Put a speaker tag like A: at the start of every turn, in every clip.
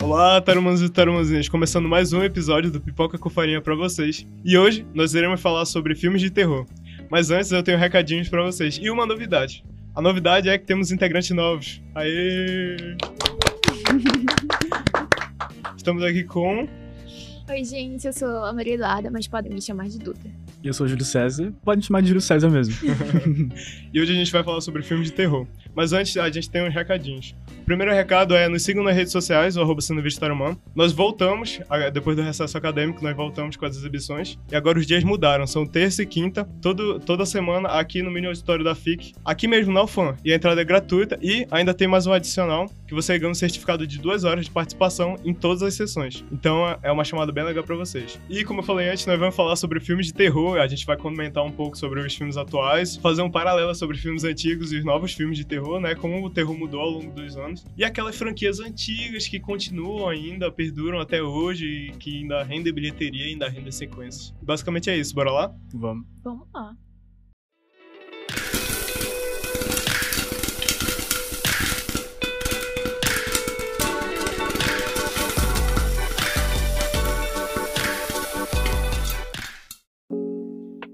A: Olá, tarumãs e tarumazinhas, começando mais um episódio do Pipoca com Farinha pra vocês. E hoje nós iremos falar sobre filmes de terror. Mas antes eu tenho recadinhos pra vocês e uma novidade. A novidade é que temos integrantes novos. Aê! Estamos aqui com
B: Oi, gente, eu sou a Marilada, mas podem me chamar de Duda.
C: Eu sou o Júlio César. Pode me chamar de Júlio César mesmo.
A: E hoje a gente vai falar sobre filmes de terror. Mas antes, a gente tem uns recadinhos. O primeiro recado é nos sigam nas redes sociais, o arroba sendo visto humano. Nós voltamos, a- depois do recesso acadêmico, nós voltamos com as exibições. E agora os dias mudaram, são terça e quinta, todo, toda semana aqui no mini auditório da FIC, aqui mesmo na UFAM. E a entrada é gratuita e ainda tem mais um adicional, que você ganha um certificado de duas horas de participação em todas as sessões. Então é- é uma chamada bem legal pra vocês. E como eu falei antes, nós vamos falar sobre filmes de terror, a gente vai comentar um pouco sobre os filmes atuais, fazer um paralelo sobre filmes antigos e os novos filmes de terror, né? Como o terror mudou ao longo dos anos. E aquelas franquias antigas que continuam ainda, perduram até hoje e que ainda rendem bilheteria, ainda rendem sequências. Basicamente é isso, bora lá?
C: Vamos.
B: Vamos lá.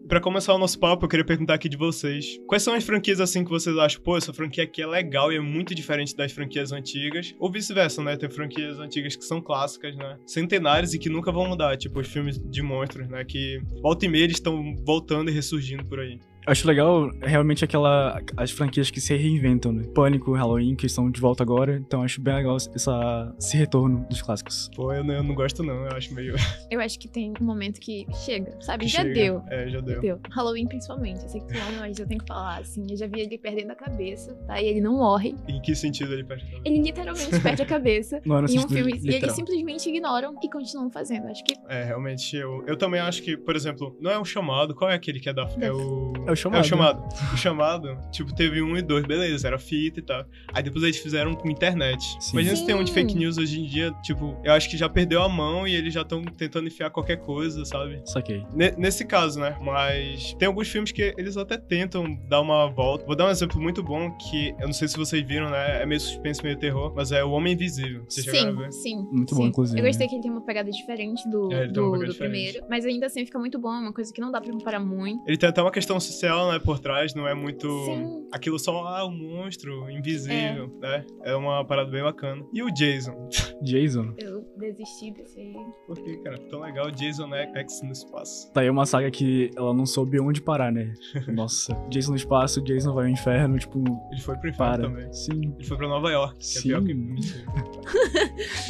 A: Pra começar o nosso papo, eu queria perguntar aqui de vocês. Quais são as franquias assim que vocês acham, pô, essa franquia aqui é legal e é muito diferente das franquias antigas? Ou vice-versa, né? Tem franquias antigas que são clássicas, né? Centenárias e que nunca vão mudar, tipo os filmes de monstros, né? Que volta e meia eles estão voltando e ressurgindo por aí.
C: Eu acho legal realmente aquela. as franquias que se reinventam, né? Pânico, Halloween, que estão de volta agora. Então acho bem legal essa, esse retorno dos clássicos.
A: Pô, eu não, eu não gosto não, eu acho meio...
B: Eu acho que tem um momento que chega, sabe?
A: que
B: já
A: chega.
B: deu.
A: É, já
B: Já
A: deu.
B: Deu. Halloween, principalmente. Eu sei que tu ama, mas eu tenho que falar, assim. Eu já vi ele perdendo a cabeça, tá? E ele não morre.
A: Em que sentido ele perde?
B: Ele literalmente perde a cabeça.
C: Não era
B: Em um
C: sentido
B: filme, e
C: literal.
B: eles simplesmente ignoram e continuam fazendo. Acho que
A: É, realmente, eu, eu também acho que, por exemplo, não é o chamado, qual é aquele que é da... É o...
C: É o chamado.
A: É o chamado. O chamado, tipo, teve um e dois, beleza, era fita e tal. Aí depois eles fizeram com internet.
C: Sim.
A: Imagina se tem um de
B: Sim.
A: fake news hoje em dia, tipo, eu acho que já perdeu a mão e eles já estão tentando enfiar qualquer coisa, sabe?
C: Saquei.
A: Ne- Nesse caso, né? Mas tem alguns filmes que eles até tentam dar uma volta. Vou dar um exemplo muito bom que eu não sei se vocês viram, né? É meio suspense, meio terror, mas é O Homem Invisível. Vocês chegaram a ver?
B: Sim, sim.
C: Muito bom,
B: sim.
C: inclusive,
B: Eu gostei
C: né?
B: que ele tem uma pegada diferente do,
A: É, ele tem uma
B: do,
A: pegada
B: do
A: diferente.
B: primeiro. Mas ainda assim fica muito bom, uma coisa que não dá pra comparar muito.
A: Ele tem até uma questão social, né, por trás, não é muito.
B: Sim.
A: Aquilo só, ah, um monstro invisível, né? É uma parada bem bacana. E o Jason?
C: Jason.
B: Eu desisti desse.
A: Por que, cara? Tão legal, Jason é X no espaço.
C: Tá aí uma saga que ela não soube onde parar, né? Nossa. Jason no espaço, Jason vai ao inferno, tipo,
A: Ele foi pro inferno
C: para.
A: também.
C: Sim.
A: Ele foi pra Nova York, que é
C: Sim.
A: pior que mentira.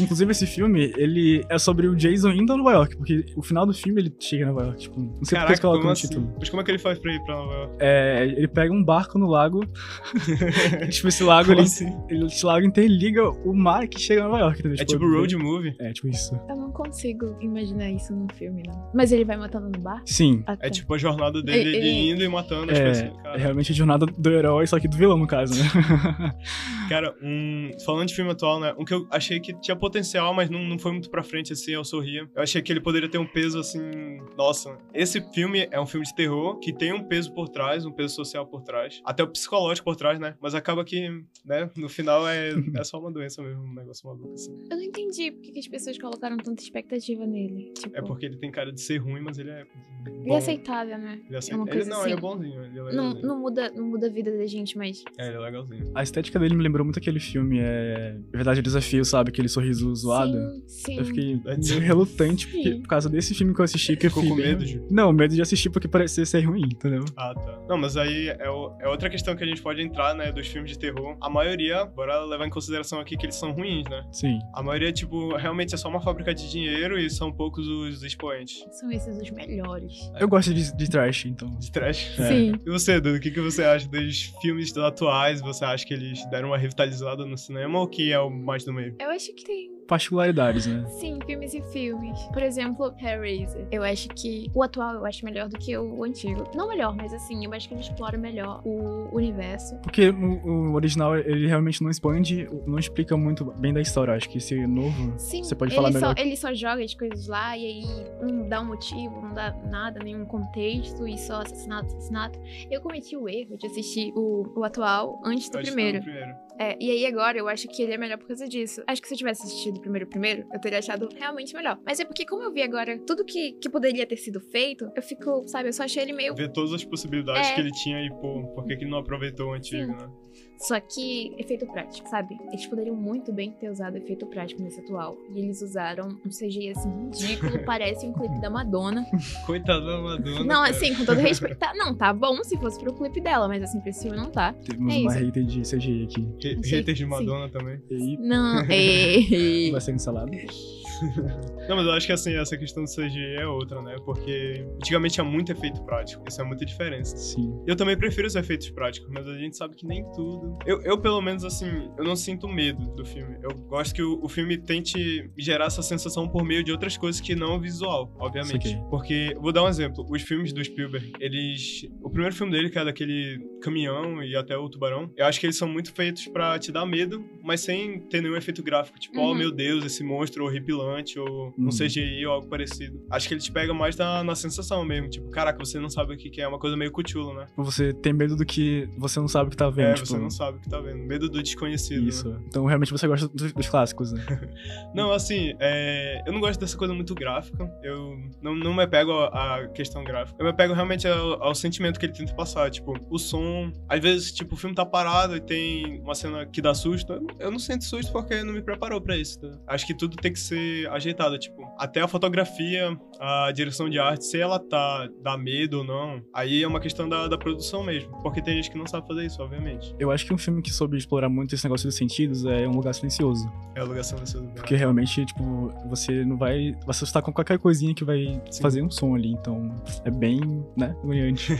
C: Inclusive, esse filme, ele é sobre o Jason indo a Nova York, porque o final do filme ele chega em Nova York. Tipo, não sei por
A: Caraca,
C: que coloca
A: como
C: no
A: assim?
C: título.
A: Mas como é que ele faz pra ir pra Nova York?
C: É, ele pega um barco no lago. tipo, esse lago, ele, ele- esse lago interliga o mar que chega a Nova York. entendeu?
A: assim? É tipo road movie.
C: É, tipo isso.
B: Eu não consigo imaginar isso num filme, não. Mas ele vai matando no bar?
C: Sim.
B: Ah, tá.
A: É tipo a jornada dele,
B: É,
A: ele
B: é.
A: indo e matando as
C: É,
A: pessoas.
C: é
A: Cara,
C: realmente a jornada do herói, só que do vilão, no caso, né?
A: Cara, um. Falando de filme atual, né? Um que eu achei que tinha potencial, mas não, não foi muito pra frente, assim, eu sorria. Eu achei que ele poderia ter um peso, assim. Nossa, esse filme é um filme de terror que tem um peso por trás, um peso social por trás. Até o psicológico por trás, né? Mas acaba que, né, no final é, é só uma doença mesmo, um negócio maluco, assim.
B: Eu não entendi por que que as pessoas colocaram tanta expectativa nele. Tipo,
A: É porque ele tem cara de ser ruim, mas ele é.
B: ele é aceitável, né?
A: Ele, aceita.
B: é uma
A: ele
B: coisa
A: não, ele é
B: assim.
A: bonzinho. Ele é
B: Não,
A: legalzinho.
B: não, muda, não muda a vida da gente, mas.
A: É, ele é legalzinho.
C: a estética dele me lembrou muito aquele filme, é. Verdade é Desafio, sabe? Aquele sorriso zoado.
B: Sim, sim.
C: Eu fiquei
A: That's
C: meio relutante
B: Sim.
C: porque, por causa desse filme que eu assisti, que eu
A: Ficou
C: fiquei
A: com
C: bem-
A: medo, Ju?
C: Não, medo de assistir porque parecia ser ruim, entendeu?
A: Ah, tá. Não, mas aí é, o- é outra questão que a gente pode entrar, né, dos filmes de terror. A maioria, bora levar em consideração aqui que eles são ruins, né?
C: Sim.
A: A maioria, tipo, realmente é só uma fábrica de dinheiro e são poucos os expoentes.
B: São esses os melhores.
C: Eu gosto de, de trash, então.
A: De trash.
C: É.
B: Sim.
A: E você, Dudu, o que, que você acha dos filmes atuais? Você acha que eles deram uma revitalizada no cinema ou que é o mais do meio?
B: Eu acho que tem,
C: Particularidades, né?
B: sim, filmes e filmes. Por exemplo, Hellraiser. Eu acho que o atual eu acho melhor do que o antigo. Não melhor, mas assim, eu acho que ele explora melhor o universo.
C: Porque o, o original, ele realmente não expande, não explica muito bem da história. Acho que esse novo.
B: Sim,
C: Você pode
B: ele,
C: falar
B: só,
C: melhor.
B: ele só joga as coisas lá e aí não dá um motivo, não dá nada, nenhum contexto e só assassinato, assassinato. Eu cometi o erro de assistir o, o atual antes do
A: Eu acho que é o
B: tá primeiro.
A: primeiro.
B: É, e aí agora eu acho que ele é melhor por causa disso. Acho que se eu tivesse assistido assistido primeiro primeiro, eu teria achado realmente melhor. Mas é porque, como eu vi agora tudo que, que poderia ter sido feito, eu fico, sabe, eu só achei ele meio.
A: Ver todas as possibilidades
B: É.
A: que ele tinha e, pô, por que que ele não aproveitou o antigo,
B: Sim.
A: né?
B: Só que efeito prático, sabe? Eles poderiam muito bem ter usado efeito prático nesse atual. E eles usaram um CGI assim ridículo, parece um clipe da Madonna.
A: Coitada da Madonna.
B: Não,
A: cara.
B: assim, com todo respeito. tá- não, tá bom se fosse pro clipe dela, mas assim, pra esse filme não tá.
C: Temos
B: É
C: uma
B: isso.
C: hater de CGI aqui.
A: Re-
B: Não sei,
A: Haters de
B: é- sim.
A: Madonna também.
C: E
B: Não, é. ei.
C: aí, vai ser cancelado.
A: Não, mas eu acho que assim, essa questão do CGI é outra, né? Porque antigamente tinha muito efeito prático, isso é muita diferença.
C: Sim.
A: Eu também prefiro os efeitos práticos, mas a gente sabe que nem tudo. Eu, eu pelo menos, assim, eu não sinto medo do filme. Eu gosto que o, o filme tente gerar essa sensação por meio de outras coisas que não o visual, obviamente.
C: Saquei.
A: Porque, vou dar um exemplo, os filmes do Spielberg, eles. O primeiro filme dele, que é daquele caminhão e até o tubarão, eu acho que eles são muito feitos pra te dar medo, mas sem ter nenhum efeito gráfico. Tipo, oh
B: Uhum.
A: meu Deus, esse monstro horripilante, ou um
C: Uhum.
A: CGI ou algo parecido. Acho que ele te pega mais na, na sensação mesmo. Tipo, caraca, você não sabe o que, que é, uma coisa meio cutulo, né?
C: Você tem medo do que você não sabe o que tá vendo.
A: é,
C: tipo,
A: você não sabe o que tá vendo. Medo do desconhecido.
C: Isso.
A: né?
C: Então realmente você gosta dos, dos clássicos, né?
A: Não, assim, é, eu não gosto dessa coisa muito gráfica. Eu não, não me apego à à questão gráfica. Eu me apego realmente ao, ao sentimento que ele tenta passar. Tipo, o som. Às vezes, tipo, o filme tá parado e tem uma cena que dá susto. Eu- Eu não sinto susto porque não me preparou pra isso. tá? Acho que tudo tem que ser ajeitado. Tipo, até a fotografia, a direção de arte, se ela tá dá medo ou não, aí é uma questão da, da produção mesmo. Porque tem gente que não sabe fazer isso, obviamente.
C: Eu acho que um filme que soube explorar muito esse negócio dos sentidos é Um Lugar Silencioso.
A: É a alugação desse lugar.
C: Porque realmente, tipo, você não vai. Você assustar com qualquer coisinha que vai
A: Sim.
C: fazer um som ali. Então, é bem, né? Agoniante.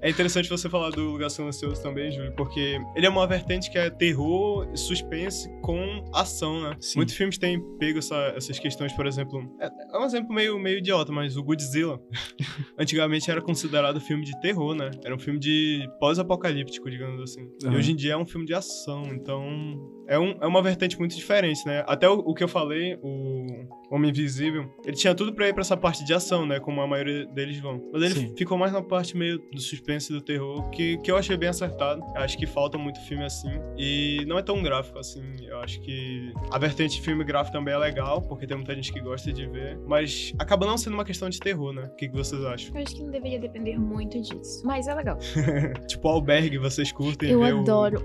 A: É interessante você falar do Lugar Silencioso também, Júlio, porque ele é uma vertente que é terror, suspense com ação, né?
C: Sim.
A: Muitos filmes têm pego essa- essas questões, por exemplo. É, é um exemplo meio, meio idiota, mas o Godzilla. antigamente era considerado filme de terror, né? Era um filme de pós-apocalíptico, digamos assim.
C: Aham.
A: E hoje em dia é um filme de ação, então. É, um- é uma vertente muito diferente, né? Até o, o que eu falei, o Homem Invisível, ele tinha tudo pra ir pra essa parte de ação, né? Como a maioria deles vão. Mas ele
C: Sim.
A: ficou mais na parte meio do suspense e do terror, que, que eu achei bem acertado. Acho que falta muito filme assim. E não é tão gráfico assim. Eu acho que a vertente de filme gráfico também é legal, porque tem muita gente que gosta de ver. Mas acaba não sendo uma questão de terror, né? O que, que vocês acham?
B: Eu acho que não deveria depender muito disso. Mas é legal.
A: tipo, o albergue, vocês curtem
B: Eu
A: ver
B: adoro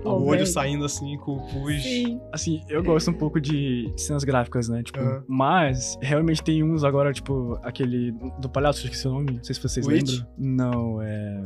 A: o,
B: o
A: o olho
B: Albergue.
A: saindo assim com o pus.
C: Assim, eu gosto um pouco de cenas gráficas, né? Tipo,
A: Aham.
C: mas realmente tem uns agora, tipo, aquele. Do palhaço, esqueci o nome. Não sei se vocês
A: Witch?
C: lembram. Não, é.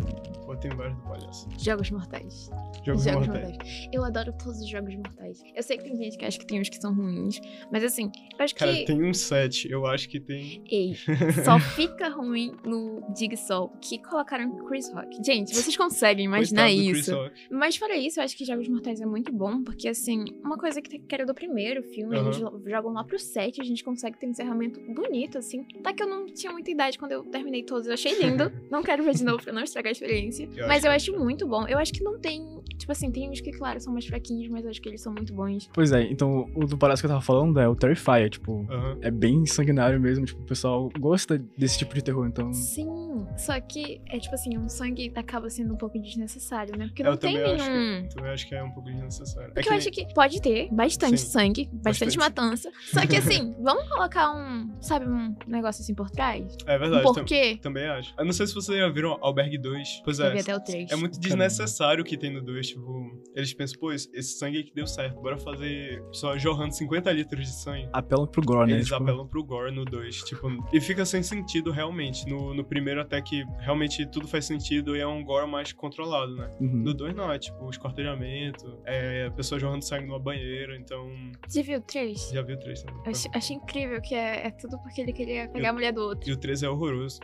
A: Pô, tem vários do palhaço.
B: Jogos Mortais.
A: Jogos
B: Jogos
A: mortais.
B: Mortais. Eu adoro todos os Jogos Mortais. Eu sei que tem gente que acha que tem uns que são ruins, mas assim, eu acho
A: Cara,
B: que.
A: tem um set, eu acho que tem.
B: Ei, só fica ruim no Digsol que colocaram Chris Rock. Gente, vocês conseguem imaginar
A: Coitado do Chris
B: isso?
A: Rock.
B: Mas fora isso, eu acho que Jogos Mortais é muito bom, porque assim, uma coisa que, que era do primeiro filme,
A: Aham.
B: eles lo- jogam lá pro set, a gente consegue ter um encerramento bonito, assim. Tá que eu não tinha muita idade quando eu terminei todos, eu achei lindo. não quero ver de novo pra não estragar a experiência.
A: Eu acho
B: mas eu
A: que- é.
B: acho muito bom. Eu acho que não tem. Tipo assim, tem uns que, claro, são mais fraquinhos, mas eu acho que eles são muito bons.
C: Pois é, então o do palhaço que eu tava falando é o Terrifier, tipo.
A: Aham.
C: É bem sanguinário mesmo, tipo, o pessoal gosta desse tipo de terror, então.
B: Sim, só que é tipo assim, um sangue acaba sendo um pouco desnecessário, né? Porque
A: Eu
B: não tem
A: também acho que-
B: nenhum.
A: Também acho que é um pouco desnecessário. É
B: Porque
A: que
B: eu
A: nem-
B: acho que pode ter bastante
A: Sim.
B: sangue, bastante
A: Bastante.
B: matança. Só que assim, vamos colocar um, sabe, um negócio assim por trás?
A: É
B: Um
A: verdade. tam-
B: porquê?
A: Também acho. Eu não sei se vocês já viram Albergue 2. Pois
B: Eu
A: é.
B: vi até o 3.
A: É muito desnecessário o que tem no 2, tipo, eles pensam, pô, esse esse sangue aqui deu certo, bora fazer só jorrando 50 litros de sangue.
C: Apelam pro gore, né?
A: Eles
C: tipo,
A: apelam pro gore no 2, tipo, e fica sem sentido realmente. No, no primeiro até que realmente tudo faz sentido e é um gore mais controlado, né?
C: uhum.
A: No 2 não, é tipo, esquartejamento, é a pessoa jorrando sangue numa banheira, então
B: Você viu o 3?
A: já vi o né? 3 também.
B: Eu achei, achei incrível que é, é tudo porque ele queria pegar a mulher do outro.
A: E o 3 é horroroso.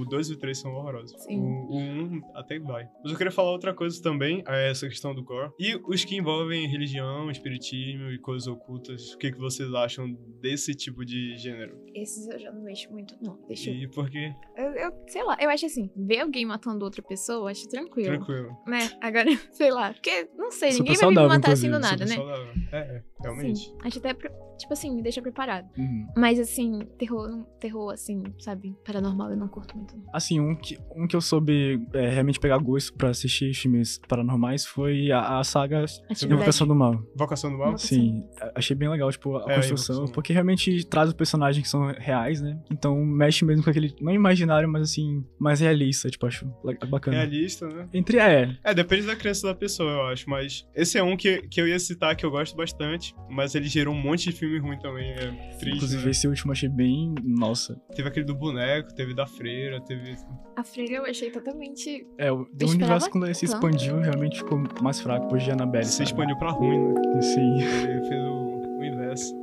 A: O 2 e o 3 são horrorosos.
B: Sim.
A: O, o 1 até vai. Mas eu queria falar outra coisa também, é essa questão do gore. E os que envolvem religião, espiritismo e coisas ocultas, o que, que vocês acham desse tipo de gênero?
B: Esses eu já não mexo muito, não. Deixa eu...
A: E por quê?
B: Eu, eu- Sei lá, eu acho assim, ver alguém matando outra pessoa, eu acho tranquilo.
A: Tranquilo.
B: Né? Agora, sei lá. Porque, não sei,
C: Super
B: ninguém vai me
C: saudável,
B: matar assim do
C: inclusive,
B: nada,
A: Super
B: né?
A: saudável. É, é, realmente.
B: Sim, acho até, pre- tipo assim, me deixa preparado.
C: Uhum.
B: Mas assim, terror, não- terror assim, sabe? Paranormal eu não curto muito. não.
C: Assim, um que, um que eu soube é, realmente pegar gosto pra assistir filmes paranormais isso foi a, a saga
B: Atividade.
C: Invocação do Mal.
A: Vocação do Mal?
B: Nossa,
C: Sim, a- achei bem legal, tipo, a
A: É,
C: construção,
A: Invocação.
C: porque realmente traz os personagens que são reais, né? Então mexe mesmo com aquele, não imaginário, mas assim, mais realista, tipo, acho le- bacana.
A: Realista, né?
C: Entre, é,
A: É, depende da crença da pessoa, eu acho. Mas esse é um que, que eu ia citar que eu gosto bastante. Mas ele gerou um monte de filme ruim também. É triste.
C: inclusive
A: né?
C: esse último achei bem, nossa.
A: Teve aquele do boneco, teve da freira, teve.
B: A freira eu achei totalmente.
C: É, o o
B: esperava
C: universo quando ele se
B: tanto.
C: expandiu, realmente ficou mais fraco depois de Annabelle.
A: Ele se
C: sabe?
A: expandiu pra ruim, né?
C: Sim.
A: Ele fez o, o inverso.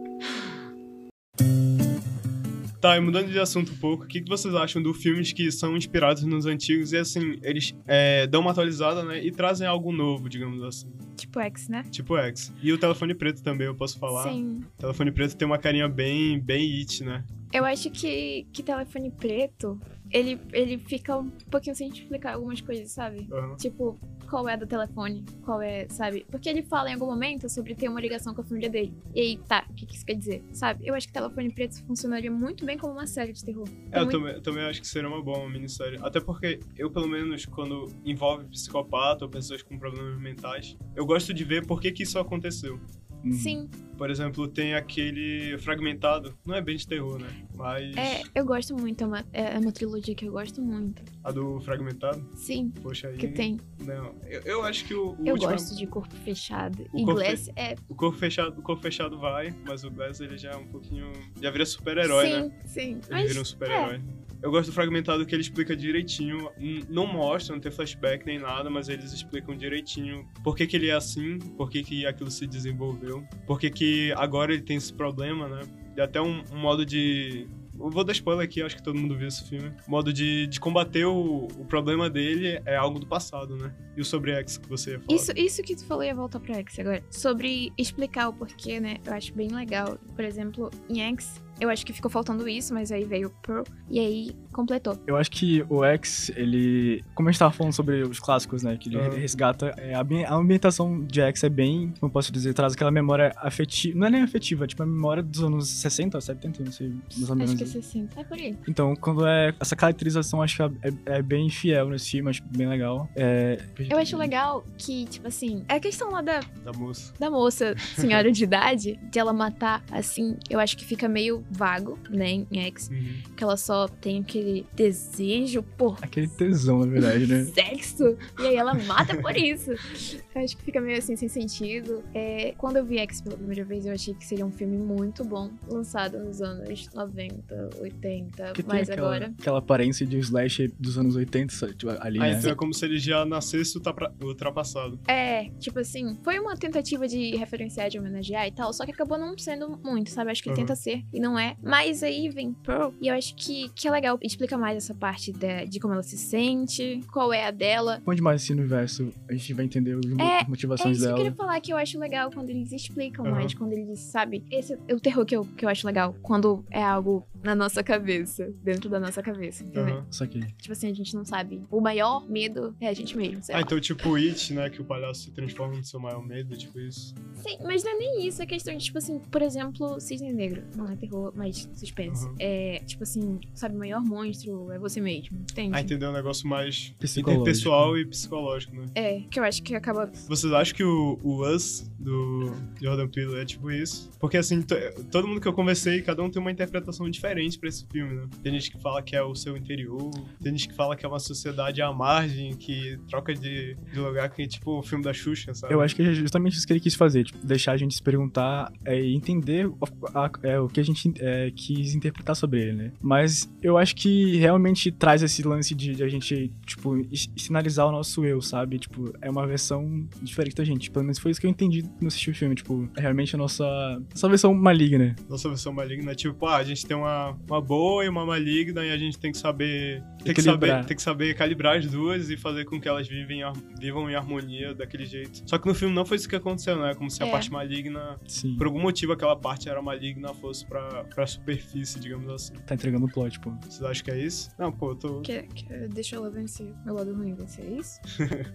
A: Tá, e mudando de assunto um pouco, o que, que vocês acham dos filmes que são inspirados nos antigos e assim, eles é, dão uma atualizada, né? E trazem algo novo, digamos assim.
B: Tipo X, né?
A: Tipo X. E o telefone preto também, eu posso falar.
B: Sim.
A: O telefone preto tem uma carinha bem, bem it, né?
B: Eu acho que, que telefone preto, ele, ele fica um pouquinho sem explicar algumas coisas, sabe?
A: Aham.
B: Tipo, qual é do telefone, qual é, sabe? Porque ele fala em algum momento sobre ter uma ligação com a família dele. E aí, tá, o que, que isso quer dizer, sabe? Eu acho que telefone preto funcionaria muito bem como uma série de terror.
A: É, eu
B: Muito-
A: também, eu também acho que seria uma boa minissérie. Até porque eu, pelo menos, quando envolve psicopata ou pessoas com problemas mentais, eu gosto de ver por que, que isso aconteceu. Hum.
B: Sim,
A: Por exemplo, tem aquele Fragmentado. Não é bem de terror, né? Mas
B: é, eu gosto muito, é uma, é uma trilogia que eu gosto muito.
A: a do Fragmentado,
B: Sim,
A: poxa aí.
B: que tem.
A: Não, eu, eu acho que o, o
B: Eu
A: último é-
B: gosto de corpo fechado.
A: O
B: E
A: corpo
B: Glass é.
A: o corpo fechado, o corpo fechado vai, mas o Glass ele já é um pouquinho, já vira super-herói, né?
B: sim, sim.
A: Ele
B: Mas
A: vira um super-herói. Eu gosto do fragmentado que ele explica direitinho. N- Não mostra, não tem flashback nem nada, mas eles explicam direitinho por que, que ele é assim, por que, que aquilo se desenvolveu, por que, que agora ele tem esse problema, né? E até um, um modo de. Eu vou dar spoiler aqui, acho que todo mundo viu esse filme. O modo de, de combater o, o problema dele é algo do passado, né? E o sobre X que você ia falar.
B: Isso, isso que tu falou ia voltar pra X agora. Sobre explicar o porquê, né? Eu acho bem legal. Por exemplo, em X, eu acho que ficou faltando isso, mas aí veio o Pearl e aí completou.
C: Eu acho que o X, ele. Como a gente tava falando sobre os clássicos, né? Que ele
A: Aham.
C: resgata. é, a ambi- a ambientação de X é bem, como eu posso dizer, traz aquela memória afetiva. Não é nem afetiva, é tipo a memória dos anos 60, 70, não sei, mais ou menos.
B: Acho que é 60. É por aí.
C: Então, quando é. Essa caracterização acho que é, é bem fiel nesse filme, acho bem legal. É,
B: Eu acho legal que, tipo assim, é a questão lá da,
A: Da moça.
B: da moça, senhora de idade, de ela matar, assim, eu acho que fica meio vago, né, em X.
A: Uhum.
B: Que ela só tem aquele desejo por
C: Aquele tesão, na verdade, né?
B: sexo. E aí ela mata por isso. Eu acho que fica meio assim, sem sentido. É, quando eu vi X pela primeira vez, eu achei que seria um filme muito bom. Lançado nos anos 90, 80,
C: Porque tem
B: mas
C: aquela,
B: agora...
C: aquela aparência de slash dos anos 80, sabe, tipo, ali,
A: Ah,
C: né?
A: então é como se ele já nascesse ultrapra- ultrapassado.
B: É, tipo assim, foi uma tentativa de referenciar, de homenagear e tal, só que acabou não sendo muito, sabe? Acho que ele
A: Uhum.
B: tenta ser e não é. Mas aí vem Pearl, e eu acho que, que é legal. Explica mais essa parte da- de como ela se sente, qual é a dela.
C: Onde mais esse universo a gente vai entender os mo-
B: É,
C: as
B: É
C: motivações
B: isso que eu
C: dela.
B: queria falar, que eu acho legal quando eles explicam
A: Aham.
B: mais, quando eles, sabe? Esse é o terror que eu, que eu acho legal, quando é algo na nossa cabeça, dentro da nossa cabeça, entendeu?
A: Aham.
C: Só que.
B: Tipo assim, a gente não sabe. O maior medo é a gente mesmo, sei
A: Ah,
B: lá.
A: então tipo o It, né? Que o palhaço se transforma no seu maior medo, tipo isso.
B: Sim, mas não é nem isso, é questão de, tipo assim, por exemplo, Cisne Negro. Não é terror, mas suspense.
A: Aham.
B: É, tipo assim, sabe, o maior monstro é você mesmo, entende?
A: Ah, entendeu? Um negócio mais
C: Psicológico.
A: interpessoal e psicológico, né?
B: É, que eu acho que acaba...
A: Vocês acham que o, o Us do Jordan Peele é tipo isso? Porque assim, to- todo mundo que eu conversei, cada um tem uma interpretação diferente pra esse filme, né? Tem gente que fala que é o seu interior, tem gente que fala que é uma sociedade à margem, que troca de, de lugar, que é tipo o filme da Xuxa, sabe?
C: Eu acho que é justamente isso que ele quis fazer, tipo, deixar a gente se perguntar é, e entender a- a- é, o que a gente é, quis interpretar sobre ele, né? Mas eu acho que realmente traz esse lance de, de a gente, tipo, s- sinalizar o nosso eu, sabe? Tipo, é uma versão diferente da gente. Pelo menos foi isso que eu entendi no assistir o filme, tipo, é realmente a nossa, nossa versão maligna.
A: Nossa versão maligna é tipo, ah, a gente tem uma, uma boa e uma maligna e a gente tem que saber. Tem que
C: Equilibrar.
A: saber, tem que saber calibrar as duas e fazer com que elas vivem, em har- vivam em harmonia daquele jeito. Só que no filme não foi isso que aconteceu, né? Como se a
B: É.
A: parte maligna.
C: Sim,
A: Por algum motivo aquela parte era maligna fosse pra, pra superfície, digamos assim.
C: tá entregando o plot, tipo.
A: Vocês acham que é isso? Não, pô, eu tô.
B: Que, que deixa ela vencer, meu lado ruim vencer, é isso?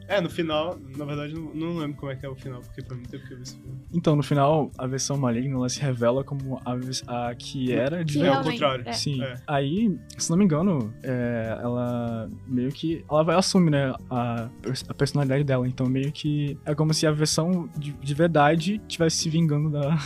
A: É, no final, na verdade, não, não lembro como é que é o final, porque foi muito tempo que eu vi esse filme.
C: Então, no final, a versão maligna ela se revela como a, vers- a que era de
B: Que
A: é o
B: realmente
A: contrário.
B: É.
C: Sim.
A: É.
C: Aí, se não me engano, é, ela meio que. Ela vai assumir, né? A, pers- a personalidade dela. Então, meio que. É como se a versão de, de verdade tivesse se vingando da.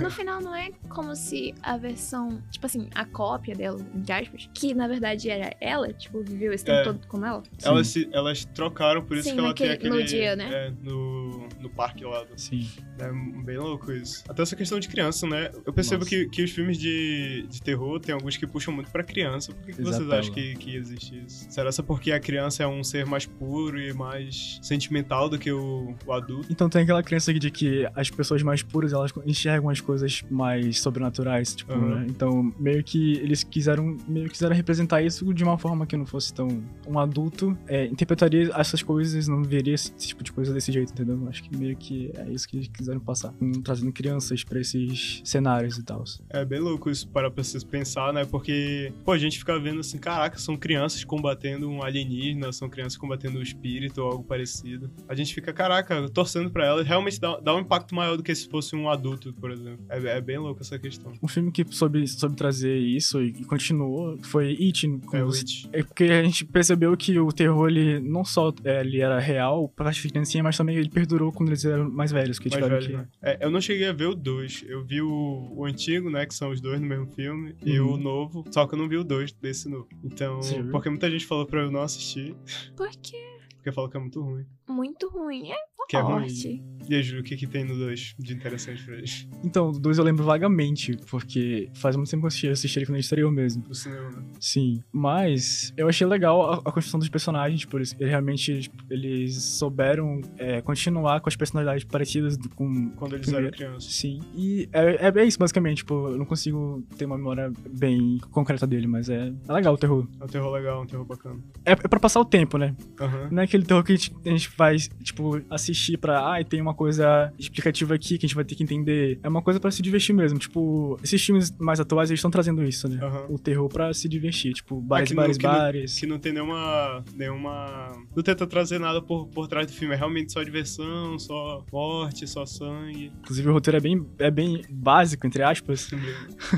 B: No final, não é como se a versão, tipo assim, a cópia dela, entre aspas, que na verdade era ela, tipo, viveu esse tempo
A: É.
B: todo com ela.
A: Elas, se- elas trocaram, por isso
B: Sim,
A: que ela tem
B: naquele-
A: aquele.
B: no dia, né?
A: É, no, no parque lá. do-
C: Sim.
A: É bem louco isso. Até essa questão de criança, né? Eu percebo
C: Nossa.
A: que, que os filmes de, de terror tem alguns que puxam muito pra criança. Por que, que vocês
C: Exatamente.
A: acham que, que existe isso? Será só porque a criança é um ser mais puro e mais sentimental do que o, o adulto?
C: Então tem aquela crença de que as pessoas mais puras elas enxergam as coisas mais sobrenaturais, tipo,
A: Uhum.
C: né? Então meio que eles quiseram meio que quiseram representar isso de uma forma que não fosse tão um adulto é, interpretaria essas coisas não veria esse tipo de coisa desse jeito, entendeu? Acho que meio que é isso que eles quiseram passar, com- trazendo crianças pra esses cenários e tal.
A: É bem louco isso para vocês pensar, né? Porque, pô, a gente fica vendo assim, caraca, são crianças combatendo um alienígena, são crianças combatendo um espírito ou algo parecido. A gente fica, caraca, torcendo pra elas, realmente dá, dá um impacto maior do que se fosse um adulto, por exemplo. É, é bem louco essa questão.
C: Um filme que soube, soube trazer isso e continuou foi It, como
A: É o
C: você
A: It.
C: É porque a gente percebeu que o terror, ele não só é, ele era real pra as criancinhas, mas também ele perdurou quando eles eram mais velhos, que
A: Mais
C: tiveram
A: velho,
C: que...
A: né? É, eu não cheguei a ver o 2. Eu vi o, o antigo, né? Que são os dois no mesmo filme. E
C: Uhum.
A: o novo. Só que eu não vi o 2 desse novo. Então.
C: Você já viu?
A: Porque muita gente falou pra eu não assistir.
B: Porque
A: Porque falou que é muito ruim.
B: muito ruim é
A: Que é ruim.
B: morte.
A: E aí, Júlio, o que, que tem no 2 de interessante pra eles?
C: Então, do dois eu lembro vagamente, porque faz muito tempo que eu assisti, eu assisti ele quando ele estreou mesmo.
A: Do cinema, né?
C: Sim. Mas eu achei legal a, a construção dos personagens, por isso. Eles realmente, tipo, eles souberam é, continuar com as personalidades parecidas do- com...
A: Quando eles
C: Primeiro.
A: eram crianças.
C: Sim. E é, é, é isso, basicamente. Tipo, eu não consigo ter uma memória bem concreta dele, mas é, é legal o terror.
A: É um terror legal, um terror bacana.
C: É, é pra passar o tempo, né?
A: Aham.
C: Não é aquele terror que a gente, a gente vai, tipo, assistir pra. Ai, tem uma coisa explicativa aqui que a gente vai ter que entender. É uma coisa pra se divertir mesmo. Tipo, esses filmes mais atuais, eles estão trazendo isso, né?
A: Aham.
C: O terror pra se divertir. Tipo, bares,
A: que não-
C: bares,
A: que não-
C: bares.
A: Que não tem nenhuma. nenhuma. Não tenta trazer nada por, por trás do filme. É realmente só diversão, só morte, só sangue.
C: Inclusive, o roteiro é bem, é bem básico, entre aspas.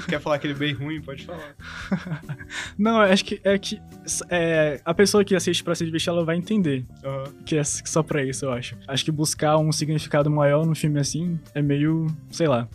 A: Quer falar aquele bem ruim? Pode falar.
C: Não, eu acho que é que é, a pessoa que assiste pra se divertir, ela vai entender
A: Aham.
C: que é só pra isso, eu acho. Acho que buscar um significado maior num filme assim é meio, sei lá.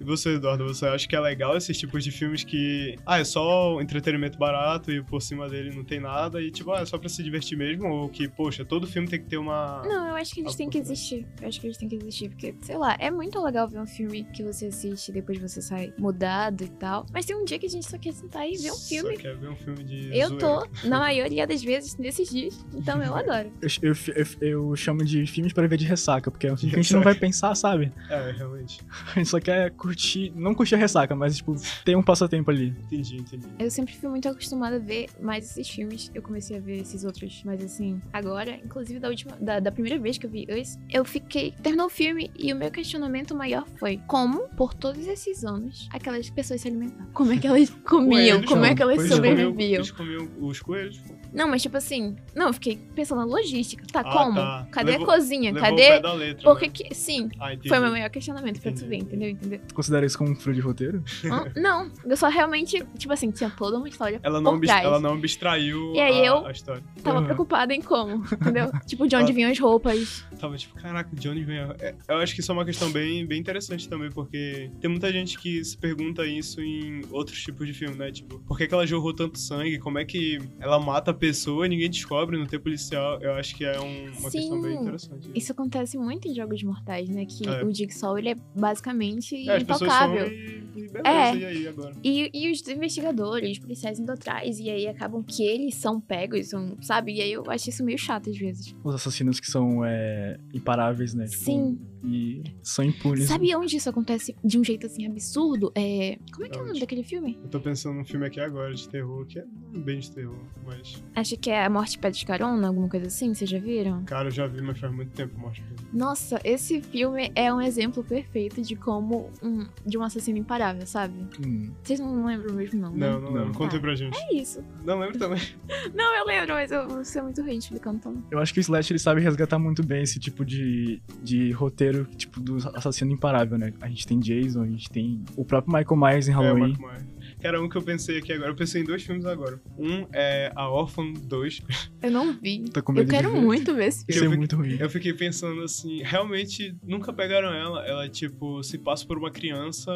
A: E você, Eduardo, você acha que é legal esses tipos de filmes que, ah, é só um entretenimento barato e por cima dele não tem nada e tipo, ah, é só pra se divertir mesmo? Ou que, poxa, todo filme tem que ter uma.
B: Não, eu acho que eles
A: Ah,
B: têm que
A: por favor.
B: existir. Eu acho que eles têm que existir, porque, sei lá, é muito legal ver um filme que você assiste e depois você sai mudado e tal. Mas tem um dia que a gente só quer sentar e ver um filme.
A: Só quer ver um filme de.
B: Eu
A: zoeira.
B: tô, na maioria das vezes, nesses dias. Então eu adoro.
C: Eu, eu, eu- eu chamo de filmes pra ver de ressaca, porque é um filme que a gente não vai pensar, sabe?
A: É, realmente.
C: A gente só quer curtir, não curtir a ressaca, mas, tipo, tem um passatempo ali.
A: Entendi, entendi.
B: Eu sempre fui muito acostumada a ver mais esses filmes. Eu comecei a ver esses outros, mas assim, agora, inclusive da última, da, da primeira vez que eu vi esse, eu fiquei. Terminou o filme e o meu questionamento maior foi: como, por todos esses anos, aquelas pessoas se alimentavam? Como é que elas comiam?
A: Coelhos,
B: como é
C: não.
B: que elas
C: Pois
A: Eles comiam-
B: sobreviviam?
A: Eles comiam os coelhos, pô.
B: Não, mas tipo assim, não, eu fiquei pensando na logística. Tá,
A: Ah,
B: como?
A: tá.
B: Cadê
A: Levou-
B: a cozinha?
A: Levou o pé
B: Cadê?
A: da letra.
B: Por que
A: né?
B: que. Sim,
A: Ah, entendi.
B: foi o meu maior questionamento pra tu ver,
A: Entendi.
B: entendeu? Entendeu?
C: Tu considera isso como um furo de roteiro?
B: Hã? não, eu só realmente, tipo assim, tinha toda uma história.
A: Ela não,
B: por
A: abs-
B: trás.
A: ela não abstraiu
B: E aí
A: a,
B: eu-
A: a história.
B: Tava
C: Aham.
B: preocupada em como, entendeu? tipo, de onde vinham as roupas.
A: Tava tipo, caraca, de onde vem a... É, Eu acho que isso é uma questão bem, bem interessante também, porque tem muita gente que se pergunta isso em outros tipos de filme, né? Tipo, por que, que ela jorrou tanto sangue? Como é que ela mata a pessoa e ninguém descobre, não tem policial? Eu acho que é um- uma
B: Sim.
A: questão bem interessante.
B: Isso acontece muito em jogos mortais, né? Que
A: É.
B: o Jigsaw, ele é basicamente
A: É, as pessoas são
B: intocável.
A: e, e beleza,
B: É.
A: e aí agora?
B: E, e os investigadores, os policiais indo atrás, e aí acabam que eles são pegos, são, sabe? E aí eu acho isso meio chato às vezes.
C: Os assassinos que são é, imparáveis, né? Tipo,
B: Sim.
C: E são impunes.
B: Sabe onde isso acontece de um jeito assim absurdo? É. Como é que é o nome
A: Onde?
B: daquele filme?
A: Eu tô pensando num filme aqui agora de terror, que é bem de terror, mas...
B: Acho que é A Morte Pé de Carona, alguma coisa assim, vocês já viram?
A: Cara, eu já vi, mas faz muito tempo, mostra.
B: Nossa, esse filme é um exemplo perfeito de como um, de um assassino imparável, sabe?
C: Hum.
B: Vocês não lembram mesmo, não, né?
A: Não, não lembro.
C: Não.
A: Conta aí pra gente.
B: É isso.
A: Não lembro também.
B: Não, eu lembro, mas eu vou ser muito ruim explicando então.
C: Eu acho que o Slash ele sabe resgatar muito bem esse tipo de, de roteiro, tipo, do assassino imparável, né? A gente tem Jason, a gente tem o próprio Michael Myers em
A: É,
C: Halloween.
A: Michael Myers. Cara, um que eu pensei aqui agora. Eu pensei em dois filmes agora. Um é A Orphan 2. que
B: Eu não vi.
C: Tô com medo
B: Eu quero
C: de ver.
B: muito ver esse
C: Isso
A: Eu
C: é
A: fiquei-
C: muito ruim.
A: Eu fiquei pensando assim, realmente nunca pegaram ela. Ela, tipo, se passa por uma criança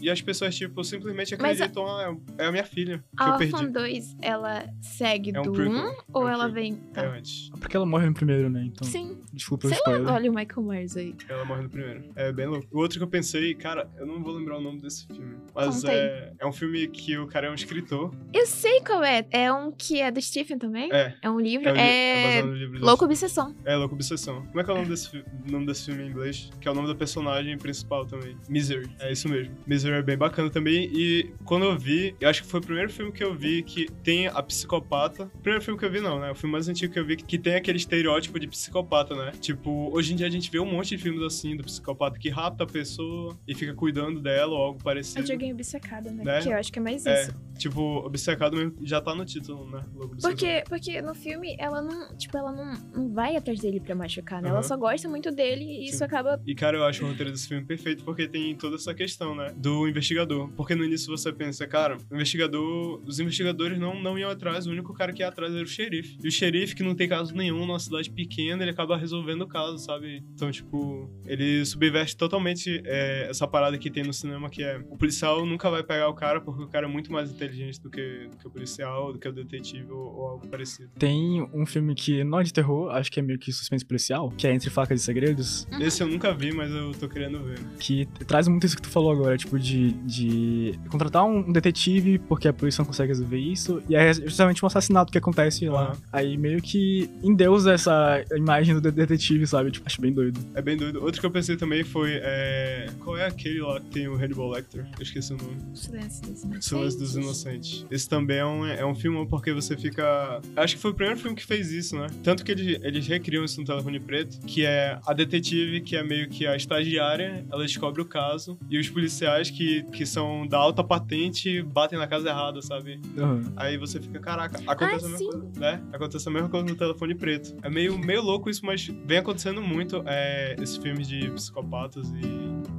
A: e as pessoas, tipo, simplesmente
B: Mas a-
A: acreditam, ah, é a minha filha que
B: A
A: eu perdi.
B: Orphan 2, ela segue
A: É um
B: do 1
A: prequel,
B: ou
A: é um
B: ela
A: prequel.
B: vem.
A: É
B: Tá.
A: antes.
C: Porque ela morre no primeiro, né? Então,
B: Sim,
C: desculpa o
B: sei
C: spoiler.
B: lá, olha o Michael Myers aí.
A: Ela morre no primeiro. É bem louco. O outro que eu pensei, cara, eu não vou lembrar o nome desse filme. Mas
B: Conta aí.
A: é, é um filme que o cara é um escritor.
B: Eu sei qual é. É um que é do Stephen também?
A: É.
B: É um livro?
A: É, o li-
B: É,
A: baseado no livro dele.
B: Louco Obsessão.
A: É, Louco Obsessão. Como é que é o nome desse, fi- nome desse filme em inglês? Que é o nome da personagem principal também. Misery. É isso mesmo. Misery é bem bacana também. E quando eu vi, eu acho que foi o primeiro filme que eu vi que tem a psicopata. Primeiro filme que eu vi, não, né? O filme mais antigo que eu vi que tem aquele estereótipo de psicopata, né? Tipo, hoje em dia a gente vê um monte de filmes assim do psicopata que rapta a pessoa e fica cuidando dela ou algo
B: Eu
A: parecido.
B: joguei obcecada, né?
A: Né?
B: Porque eu acho que é mais
A: É.
B: isso.
A: Tipo, obcecado mesmo já tá no título, né? Louco Obsessão.
B: Porque, porque no filme ela não, tipo, ela não, não vai atrás dele pra machucar, né? Ela
A: Aham.
B: só gosta muito dele e isso
A: Sim.
B: acaba.
A: E, cara, eu acho o roteiro desse filme perfeito porque tem toda essa questão, né? Do investigador. Porque no início você pensa, cara, o investigador. Os investigadores não, não iam atrás, o único cara que ia atrás era o xerife. E o xerife, que não tem caso nenhum numa cidade pequena, ele acaba resolvendo o caso, sabe? Então, tipo, ele subverte totalmente é, essa parada que tem no cinema que é o policial nunca vai pegar o cara porque o cara é muito mais inteligente do que, do que o policial, do que o detetive ou, ou algo parecido.
C: Tem um filme que não é de terror, acho que é meio que suspense policial, que é Entre Facas e Segredos,
B: Uhum.
A: Esse eu nunca vi, mas eu tô querendo ver.
C: que traz muito isso que tu falou agora, tipo, de, de contratar um detetive porque a polícia não consegue resolver isso, e é justamente um assassinato que acontece lá.
A: Aham.
C: Aí meio que endeusa essa imagem do de- detetive, sabe? Tipo, acho bem doido.
A: É bem doido. Outro que eu pensei também foi. É... Qual é aquele lá que tem o Hannibal Lecter? Eu esqueci o nome.
B: Silêncio né? dos
A: Silêncio dos
B: Inocentes.
A: Inocentes. Esse também é um, é um filme porque você fica. Acho que foi o primeiro filme que fez isso, né? Tanto que eles, eles recriam isso no Telefone Preto, que é a detetive, que é meio que a estagiária, ela descobre o caso, e os policiais que, que são da alta patente batem na casa errada, sabe?
C: Aham.
A: Aí você fica, caraca, acontece
B: Ah,
A: a mesma
B: sim.
A: coisa, né? Acontece a mesma coisa no telefone preto. É meio, meio louco isso, mas vem acontecendo muito é, esses filmes de psicopatas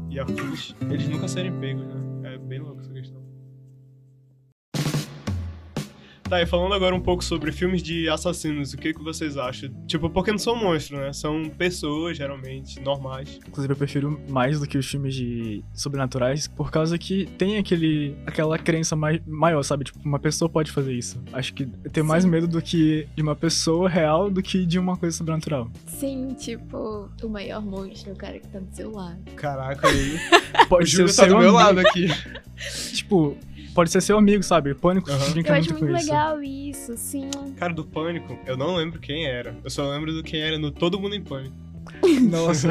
A: e, e afins, eles nunca serem pegos, né? É bem louco essa questão. Tá, e falando agora um pouco sobre filmes de assassinos, o que, que vocês acham? Tipo, porque não são monstros, né? São pessoas, geralmente, normais.
C: Inclusive, eu prefiro mais do que os filmes de sobrenaturais, por causa que tem aquele, aquela crença mai, maior, sabe? Tipo, uma pessoa pode fazer isso. Acho que eu tenho mais
B: Sim.
C: medo do que de uma pessoa real do que de uma coisa sobrenatural.
B: Sim, tipo, o maior monstro, é o cara que tá do seu lado.
A: Caraca, aí. o
C: Pode ser o
A: Júlio tá
C: seu
A: do meu
C: amigo,
A: lado aqui.
C: Tipo, pode ser seu amigo, sabe? Pânico
A: Aham.
C: brinca
B: Eu
C: muito
B: acho
C: com
B: muito
C: isso.
B: legal isso, sim.
A: Cara, do Pânico, eu não lembro quem era. Eu só lembro do quem era no Todo Mundo em Pânico.
C: Nossa.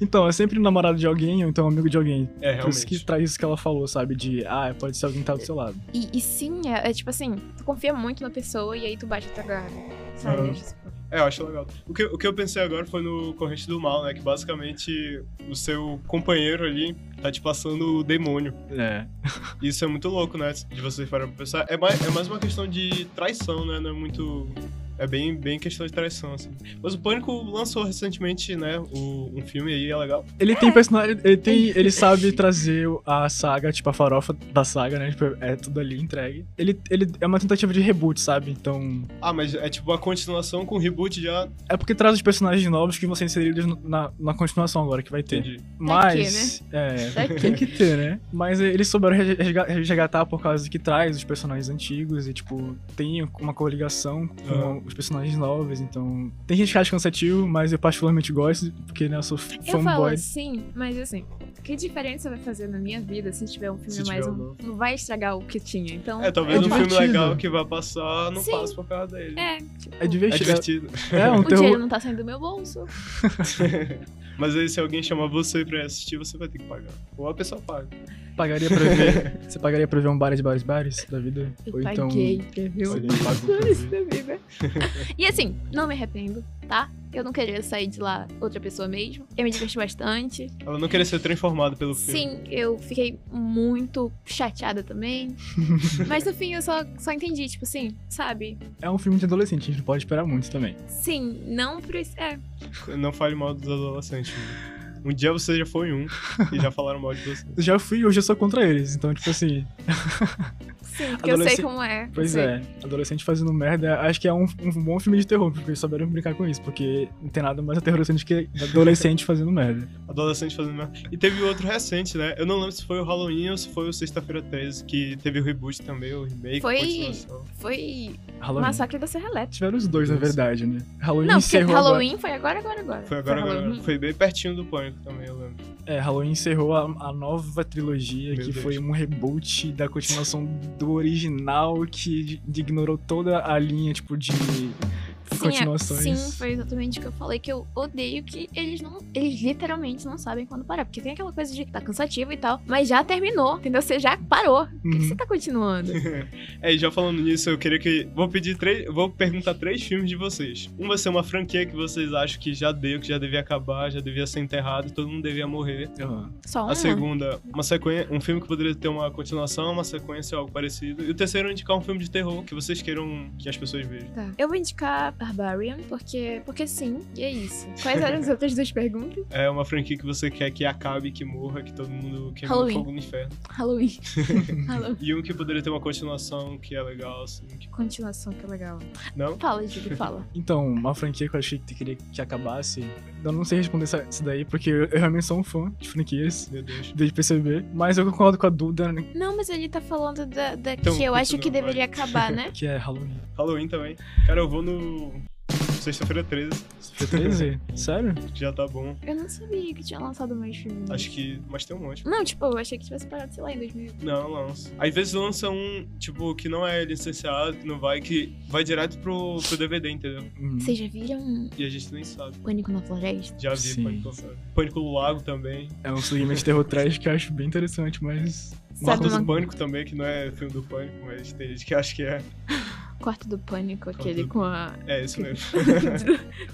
C: então, é sempre namorado de alguém ou então amigo de alguém.
A: É,
C: Por isso que
A: realmente.
C: traz isso que ela falou, sabe? De, ah, pode ser alguém que tá do seu lado.
B: E, e sim, é, é tipo assim, tu confia muito na pessoa e aí tu baixa tua guarda. né? Sabe?
A: Aham.
B: Eu acho isso-
A: É, eu acho legal. O que, o que eu pensei agora foi no Corrente do Mal, né? Que basicamente o seu companheiro ali tá te passando o demônio.
C: É.
A: Isso é muito louco, né? De vocês pararem pra pensar. É mais, é mais uma questão de traição, né? Não é muito. É bem, bem questão de traição, assim. Mas o Pânico lançou recentemente, né? o- um filme aí, é legal.
C: Ele tem personalidade. Ele, tem, ele sabe trazer o- a saga, tipo, a farofa da saga, né? Tipo, é tudo ali entregue. Ele, ele é uma tentativa de reboot, sabe? Então.
A: Ah, mas é tipo uma continuação com reboot já.
C: É porque traz os personagens novos que vão ser inseridos na, na continuação agora que vai ter.
A: Entendi.
C: Mas.
B: né?
C: É. Tem
B: Daqui.
C: que ter, né? Mas eles souberam resga- resgatar por causa do que traz os personagens antigos e, tipo, tem uma coligação com
A: Aham.
C: os personagens novos, então. Tem gente que acha cansativo, mas eu particularmente gosto, porque, né, eu sou
B: Eu falo
C: fanboy.
B: assim, mas assim, que diferença vai fazer na minha vida se tiver um filme
A: Se tiver
B: mais
A: ou
B: um? Não vai estragar o que tinha, então.
A: É, talvez
C: É
A: um filme
C: divertido.
A: legal que vai passar, não
B: Sim.
A: passa por causa dele.
B: É, tipo,
C: É
A: É
C: divertido.
A: divertido.
C: É, um
B: o dinheiro
C: terror.
B: não tá saindo do meu bolso.
A: Mas aí se alguém chamar você pra assistir, você vai ter que pagar. Ou a pessoa paga.
C: Pagaria pra ver. Você pagaria pra ver um bares, bares, bares da vida?
B: Eu
C: Ou então.
B: paguei pra ver o
A: Alguém paga pra
B: isso
A: ver.
B: da vida. e assim, não me arrependo, tá? Eu não queria sair de lá outra pessoa mesmo. Eu me diverti bastante.
A: Ela não queria ser transformada pelo filme.
B: Sim, eu fiquei muito chateada também. Mas no fim eu só, só entendi, tipo assim, sabe?
C: É um filme de adolescente, a gente não pode esperar muito também.
B: Sim, não por isso. É,
A: Não fale mal dos adolescentes. Um dia você já foi um e já falaram mal de você.
C: Já fui e hoje eu sou contra eles. Então, tipo assim,
B: Sim, porque eu sei
C: Adolescente-
B: como é. eu
C: Pois
B: sei.
C: é, adolescente fazendo merda, acho que é um, um bom filme de terror, porque eles souberam brincar com isso, porque não tem nada mais aterrorizante que adolescente fazendo merda.
A: Adolescente fazendo merda. E teve outro recente, né? Eu não lembro se foi o Halloween ou se foi o Sexta-feira 13, que teve o reboot também, o remake,
B: Foi-
A: continuação.
B: Foi
C: Halloween.
B: Massacre da Serra Elétrica.
C: Tiveram os dois, na verdade, né? Halloween
B: Não, porque
C: encerrou.
B: Halloween foi agora, agora, agora.
A: Foi agora,
B: Foi
A: agora.
B: Halloween.
A: Foi bem pertinho do pânico também, eu lembro.
C: Agora, é, Halloween encerrou a, a nova trilogia,
A: Meu
C: que
A: Deus.
C: foi um reboot da continuação do original, que de- ignorou toda a linha, tipo, de continuações.
B: Sim, é- sim, foi exatamente o que eu falei, que eu odeio que eles não. Eles literalmente não sabem quando parar. Porque tem aquela coisa de tá cansativo e tal, mas já terminou, entendeu? Você já parou. Por que que
C: Uhum.
B: você tá continuando?
A: É, e já falando nisso, eu queria que. Vou pedir três. Vou perguntar três filmes de vocês. Um vai ser uma franquia que vocês acham que já deu, que já devia acabar, já devia ser enterrado, todo mundo devia morrer.
C: Aham.
B: Só uma.
A: A segunda, uma sequência, um filme que poderia ter uma continuação, uma sequência ou algo parecido. E o terceiro, indicar um filme de terror que vocês queiram que as pessoas vejam.
B: Tá. Eu vou indicar Barbarian, porque, porque sim, e é isso. Quais eram as outras duas perguntas?
A: É uma franquia que você quer que acabe, que morra, que todo mundo queime
B: Halloween.
A: fogo no inferno.
B: Halloween. Halloween.
A: E um que poderia ter uma continuação que é legal, assim. que-
B: Continuação, que legal.
A: Não?
B: Fala, Diego, fala.
C: Então, uma franquia que eu achei que queria que acabasse. Eu não sei responder essa, isso daí, porque eu, eu realmente sou um fã de franquias,
A: Meu Deus.
C: deu de perceber. Mas eu concordo com a Duda, né,
B: Não, mas ele tá falando da, da
A: Então,
B: que eu acho que
A: continua, vai.
B: deveria acabar, né?
C: que é Halloween.
A: Halloween também. Cara, eu vou no. Sexta-feira 13,
C: Foi 13? Sério?
A: que já tá bom.
B: Eu não sabia que tinha lançado mais filme.
A: Acho que. Mas tem um monte.
B: Não, tipo, eu achei que tivesse parado, sei lá, em 2000.
A: Não, lança. Às vezes lança um, tipo, que não é licenciado, que não vai, que vai direto pro, pro DVD, entendeu?
C: Hum.
B: Vocês já viram
A: E a gente nem sabe.
B: Pânico na Floresta?
A: Já vi
C: Sim.
A: Pânico. sabe? Pânico no Lago também.
C: É um segmento de terror trash que eu acho bem interessante, mas.
B: Sabe
A: Quarto
B: uma-
A: do Pânico também, que não é filme do Pânico, mas tem gente que acha que é.
B: Quarto do Pânico, aquele
A: do
B: com a.
A: É isso mesmo.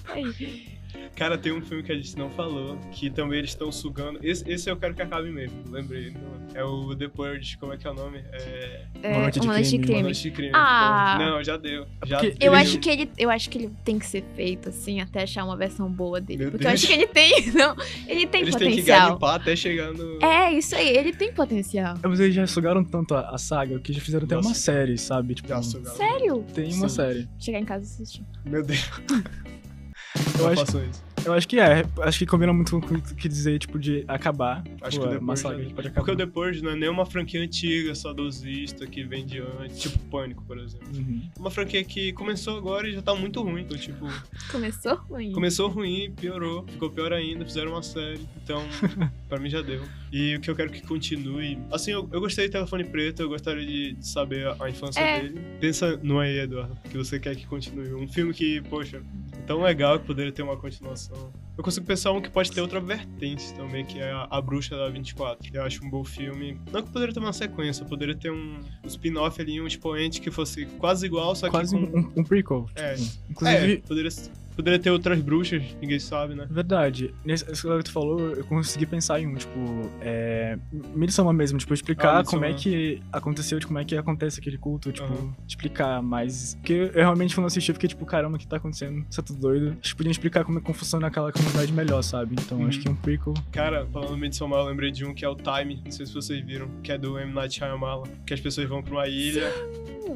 B: Aí.
A: Cara, tem um filme que a gente não falou, que também eles estão sugando. Esse, esse eu quero que acabe mesmo, lembrei. não é? É o The Purge, como é que é o nome? É.
B: É,
C: Uma Noite de Crime,
A: Uma
C: Crime.
A: Noite de Crime.
B: Ah.
A: Não, já deu. Já
C: Porque
B: Eu
A: deu.
B: acho, que ele, eu acho que ele tem que ser feito, assim, até achar uma versão boa dele.
A: Meu
B: porque eu
A: Deus.
B: acho que ele tem, não. Ele tem
A: Eles têm que
B: potencial.
A: garimpar até chegar no.
B: é, isso aí, ele tem potencial.
C: Mas eles já sugaram tanto a, a saga que já fizeram até
A: Nossa.
C: uma série, sabe? Tipo,
A: Já sugaram.
B: Sério?
C: tem uma
A: Sim.
C: série.
B: Chegar em casa e assistir.
A: Meu Deus.
C: Eu
A: não
C: acho-
A: façam isso.
C: Eu acho que é. Acho que combina muito com o que dizer, tipo, de acabar.
A: Acho
C: Pô,
A: que o
C: é
A: The
C: uma
A: Purge
C: saga
A: já-
C: que pode acabar.
A: Porque o The Purge não é nem uma franquia antiga, saudosista, que vem de antes, tipo Pânico, por exemplo.
C: Uhum.
A: Uma franquia que começou agora e já tá muito ruim. Então, tipo,
B: Começou ruim.
A: começou ruim, piorou, ficou pior ainda, fizeram uma série. Então, pra mim já deu. E o que eu quero que continue. Assim, eu, eu gostei do Telefone Preto, eu gostaria de, de saber a, a infância
B: É.
A: dele. Pensa no aí, Eduardo, que você quer que continue. Um filme que, poxa, é tão legal que poderia ter uma continuação. Eu consigo pensar um que pode ter outra vertente também, que é a, a Bruxa da 24. que Eu acho um bom filme. Não que poderia ter uma sequência, poderia ter um, um spin-off ali, um expoente que fosse quase igual, só
C: Quase
A: que tá com.
C: um, um prequel. tipo,
A: É. É,
C: Inclusive,
A: poderia, poderia ter outras bruxas, ninguém sabe, né?
C: Verdade. Nesse isso que tu falou, eu consegui pensar em um, tipo, é. Midsoma mesmo, tipo,
A: Ah,
C: explicar
A: Midsommar.
C: como é que aconteceu, de como é que acontece aquele culto, tipo,
A: Aham.
C: explicar mais. Porque eu realmente quando assisti, eu fiquei tipo, caramba, o que tá acontecendo? Isso é tudo doido. Eles podiam explicar como é que funciona aquela comunidade melhor, sabe? Então
A: Uhum.
C: acho que um prequel.
A: Cara, falando de Midsommar, eu lembrei de um que é o Time, não sei se vocês viram, que é do M. Night Shyamalan, que as pessoas vão pra uma ilha.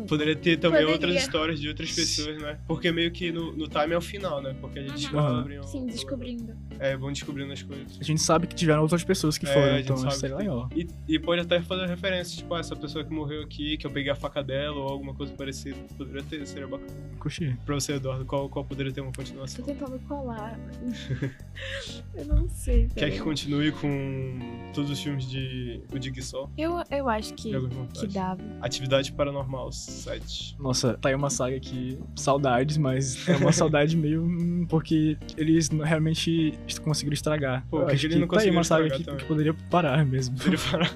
A: Poderia ter também
B: Poderia.
A: outras histórias de outras pessoas, né? Porque meio que no, no Time é o final, né? Porque a gente
B: Aham.
A: descobre... o-
B: Sim, descobrindo.
A: É, vão descobrindo as coisas.
C: A gente sabe que tiveram outras pessoas que
A: É,
C: foram,
A: a gente
C: então
A: sabe
C: acho que seria
A: que tem.
C: legal.
A: E, e pode até fazer referência, tipo, ah, essa pessoa que morreu aqui, que eu peguei a faca dela, ou alguma coisa parecida. Poderia ter, seria bacana.
C: Curti.
A: Pra você, Eduardo, qual, qual poderia ter uma
B: Tô
A: continuação?
B: tentando colar. eu não sei.
A: Quer
B: peraí.
A: que continue com todos os filmes de o Dig Sol?
B: Eu, eu acho que,
A: Jogos
B: que
A: Mortais.
B: dava.
A: Atividade Paranormal 7.
C: Nossa, tá aí uma saga que saudades, mas é uma saudade meio hum, porque eles não- realmente est- conseguiram estragar.
A: Pô,
C: Eu
A: que
C: acho
A: eles
C: que
A: não
C: tá aí
A: conseguiram
C: uma saga
A: estragar
C: que,
A: também.
C: que poderia parar mesmo.
A: Poderia parar.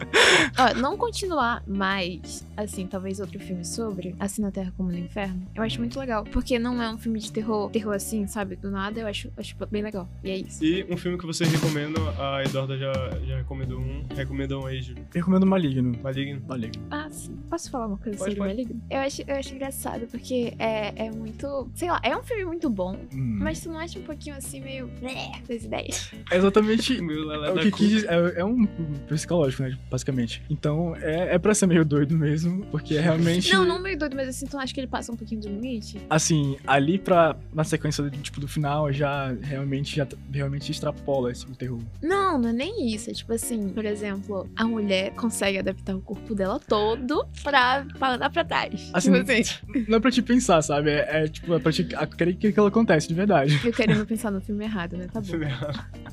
B: Ó, não continuar mais, assim, talvez outro filme sobre, assim na Terra como no Inferno, eu acho muito legal. Porque não é um filme de terror, terror assim, sabe? Do nada, eu acho, acho bem legal. E é isso.
A: E um filme que vocês recomendam, a Eduarda já, já recomendou um. Recomendam um aí, Júlio.
C: Eu recomendo Maligno.
A: Maligno.
C: Maligno.
B: Ah, assim. Posso falar uma coisa
A: Pode,
B: sobre
A: pode.
B: o Maligno? Eu acho, eu acho engraçado, porque é, é muito. Sei lá, é um filme muito bom.
C: Hum.
B: Mas tu não acha um pouquinho assim, meio. "Bleh", das ideias?
C: É exatamente
A: Meu lelé
C: É, o
A: da
C: que
A: cu.
C: quis dizer- é, é um psicológico, né? Basicamente. Então, é, é pra ser meio doido mesmo, porque é realmente.
B: Não, não meio doido, mas assim, tu não acha que ele passa um pouquinho do limite?
C: Assim, ali pra. Na sequência do, tipo, do final, já realmente, já realmente extrapola esse terror.
B: Não, não é nem isso. É tipo assim, por exemplo, a mulher consegue adaptar o corpo dela todo pra, pra lá pra trás.
C: Assim-
B: Tipo assim,
C: Não é pra te pensar, sabe? É, é, tipo, é pra te. a- querer que aquilo acontece de verdade.
B: eu querendo pensar no filme errado, né? Tá bom.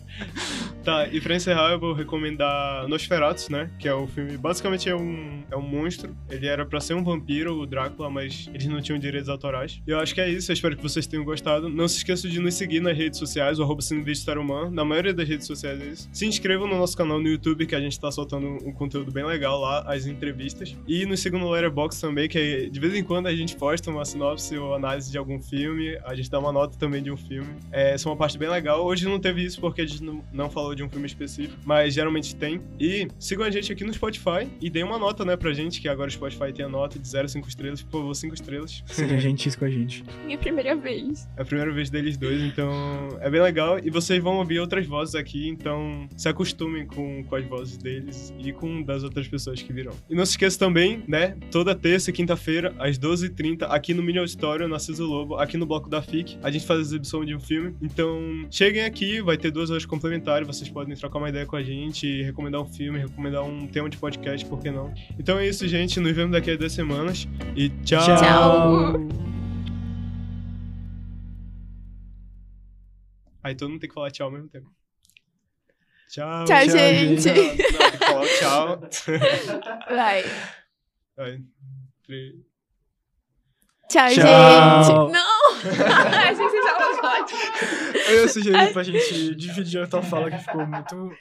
A: Tá, e pra encerrar eu vou recomendar Nosferatu, né? Que é o filme, basicamente é um, é um monstro. Ele era pra ser um vampiro, o Drácula, mas eles não tinham direitos autorais. E eu acho que é isso, eu espero que vocês tenham gostado. Não se esqueçam de nos seguir nas redes sociais, o arroba Humano, na maioria das redes sociais é isso. Se inscrevam no nosso canal no YouTube, que a gente tá soltando um conteúdo bem legal lá, as entrevistas. E no segundo Letterboxd também, que de vez em quando a gente posta uma sinopse ou análise de algum filme, a gente dá uma nota também de um filme. É, essa é uma parte bem legal. Hoje não teve isso porque a gente não, não falou de um filme específico, mas geralmente tem. E sigam a gente aqui no Spotify e deem uma nota, né, pra gente, que agora o Spotify tem a nota de 0 a 5 estrelas. Por favor, 5 estrelas.
C: Seja gentis com a gente.
B: Minha primeira vez.
A: É a primeira vez deles dois, então é bem legal. E vocês vão ouvir outras vozes aqui, então se acostumem com, com as vozes deles e com das outras pessoas que virão. E não se esqueça também, né? Toda terça e quinta-feira, às 12h30, aqui no Mini Auditório, na Ciso Lobo, aqui no Bloco da FIC, a gente faz a exibição de um filme. Então cheguem aqui, vai ter duas horas complementares, vocês podem trocar uma ideia com a gente, recomendar um filme, recomendar um tema de podcast, por que não? Então é isso, gente. Nos vemos daqui a duas semanas e
B: Tchau.
A: Aí todo mundo tem que falar tchau ao mesmo tempo. Tchau,
B: Tchau,
C: gente.
A: Não, não, tem que falar tchau.
B: Vai.
A: Vai. Três.
B: Tchau,
C: Tchau.
B: gente. Não! Achei que vocês estavam ótimos.
C: Eu sugeri pra gente dividir a tua fala que ficou muito.